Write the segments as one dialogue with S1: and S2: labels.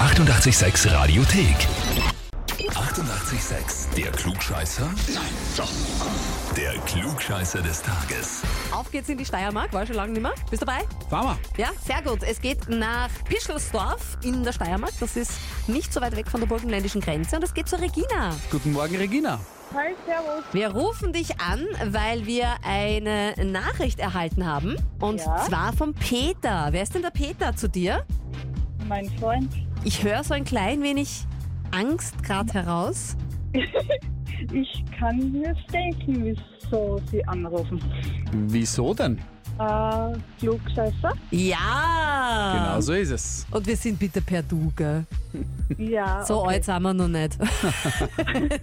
S1: 886 Radiothek. 88,6. Der Klugscheißer? Nein, doch. Der Klugscheißer des Tages.
S2: Auf geht's in die Steiermark, war schon lange nicht mehr. Bist dabei?
S3: Fahren
S2: Ja, sehr gut. Es geht nach Pischelsdorf in der Steiermark. Das ist nicht so weit weg von der burgenländischen Grenze. Und es geht zur Regina.
S3: wir. Guten Morgen, Regina.
S4: Hi, servus.
S2: Wir rufen dich an, weil wir eine Nachricht erhalten haben. Und
S4: Ja.
S2: zwar vom Peter. Wer ist denn der Peter zu dir?
S4: Mein Freund.
S2: Ich höre so ein klein wenig Angst gerade heraus.
S4: Ich kann mir denken, wieso Sie anrufen.
S3: Wieso denn?
S4: Äh, Klugscheißer?
S2: Ja!
S4: Ah.
S3: Genau so ist es.
S2: Und wir sind bitte per Du, gell?
S4: Ja.
S2: So alt sind wir noch nicht,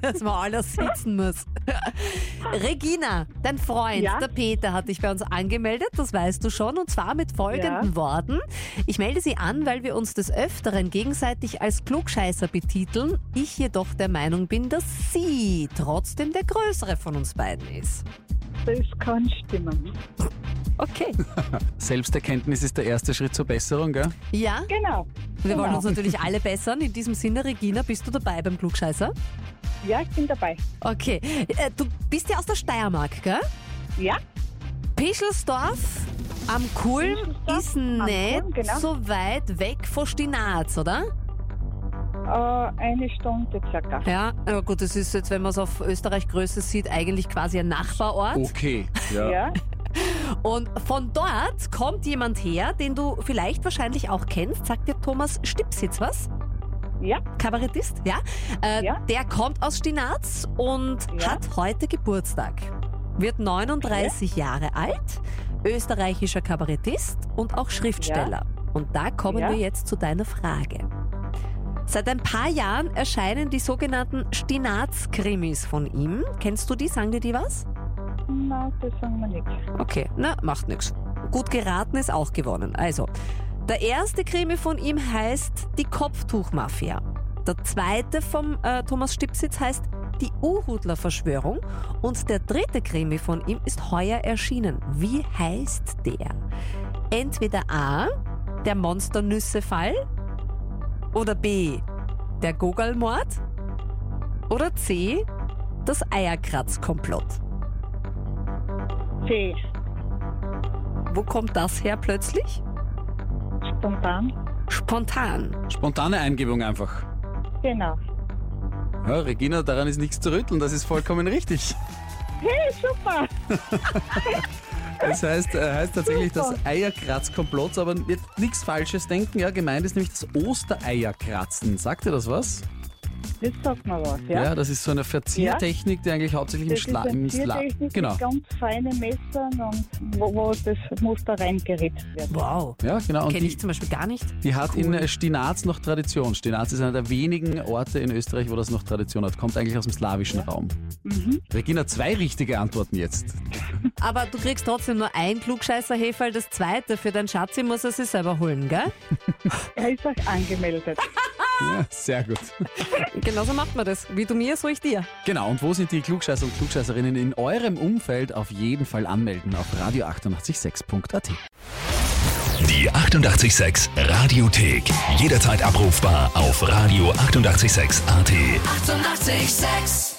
S2: dass man alles sitzen muss. Regina, dein Freund,
S4: Ja?
S2: der Peter, hat dich bei uns angemeldet, das weißt du schon, und zwar mit folgenden
S4: Ja.
S2: Worten. Ich melde sie an, weil wir uns des Öfteren gegenseitig als Klugscheißer betiteln. Ich jedoch der Meinung bin, dass sie trotzdem der Größere von uns beiden ist.
S4: Das kann stimmen.
S2: Okay.
S3: Selbsterkenntnis ist der erste Schritt zur Besserung, gell?
S2: Ja,
S4: Genau.
S2: wir wollen
S4: genau.
S2: uns natürlich alle bessern. In diesem Sinne, Regina, bist du dabei beim Klugscheißer?
S4: Ja, ich bin dabei.
S2: Okay. Äh, Du bist ja aus der Steiermark, gell?
S4: Ja,
S2: Pischelsdorf am Kulm
S4: Pischelsdorf
S2: ist nicht
S4: am Kulm, genau.
S2: so weit weg von Stinaz, oder?
S4: äh, eine Stunde circa.
S2: Ja, aber gut, das ist jetzt, wenn man es auf Österreich Größe sieht, eigentlich quasi ein Nachbarort.
S3: Okay.
S4: Ja,
S2: Und von dort kommt jemand her, den du vielleicht wahrscheinlich auch kennst, sagt dir Thomas Stipsitz was?
S4: ja,
S2: Kabarettist, ja? Äh,
S4: Ja.
S2: Der kommt aus Stinaz und
S4: Ja.
S2: hat heute Geburtstag. Wird 39 Jahre alt, österreichischer Kabarettist und auch Schriftsteller. Und da kommen
S4: Ja.
S2: wir jetzt zu deiner Frage. Seit ein paar Jahren erscheinen die sogenannten Stinaz-Krimis von ihm. Kennst du die? Sagen dir die was?
S4: na, das sagen wir nichts.
S2: Okay, na, macht nix. Gut geraten ist auch gewonnen. Also, der erste Krimi von ihm heißt Die Kopftuchmafia. Der zweite vom äh, Thomas Stipsitz heißt Die Uhudler-Verschwörung. Und der dritte Krimi von ihm ist heuer erschienen. Wie heißt der? Entweder A, der Monsternüsse-Fall oder B, der Gogolmord oder C, das Eierkratz-Komplott.
S4: C.
S2: Wo kommt das her plötzlich?
S4: Spontan.
S2: Spontan.
S3: Spontane Eingebung einfach.
S4: Genau.
S3: Ja, Regina, daran ist nichts zu rütteln, das ist vollkommen richtig.
S4: Hey, super.
S3: Das heißt, äh, heißt tatsächlich
S4: Super.
S3: das Eierkratzkomplott, aber jetzt nichts Falsches denken. Ja, gemeint ist nämlich das Ostereierkratzen. Sagt ihr das was?
S4: Das sagt mir was, ja?
S3: das ist so eine Verziertechnik, die eigentlich hauptsächlich im
S4: Das
S3: Schla
S4: ist ein
S3: im Schla
S4: Tiertechnik mit
S3: Genau.
S4: ganz feinen Messern und wo, wo das Muster reingeritzt wird.
S2: Wow.
S3: Ja, genau. Und
S2: Kenne
S3: die,
S2: ich zum Beispiel gar nicht.
S3: Die hat in Stinaz noch Tradition. Stinaz ist einer der wenigen Orte in Österreich, wo das noch Tradition hat. Kommt eigentlich aus dem slawischen Raum. Regina, zwei richtige Antworten jetzt.
S2: Aber du kriegst trotzdem nur ein klugscheißer Heferl. Das zweite für deinen Schatzi muss er sich selber holen, gell?
S4: Er ist auch angemeldet.
S3: Ja, sehr gut.
S2: Genauso macht man das. Wie du mir, so ich dir.
S3: Genau, und wo sind die Klugscheißer und Klugscheißerinnen in eurem Umfeld? Auf jeden Fall anmelden auf radio886.at.
S1: Die 88,6 Radiothek. Jederzeit abrufbar auf radio886.at. 88,6.
S2: So Sex.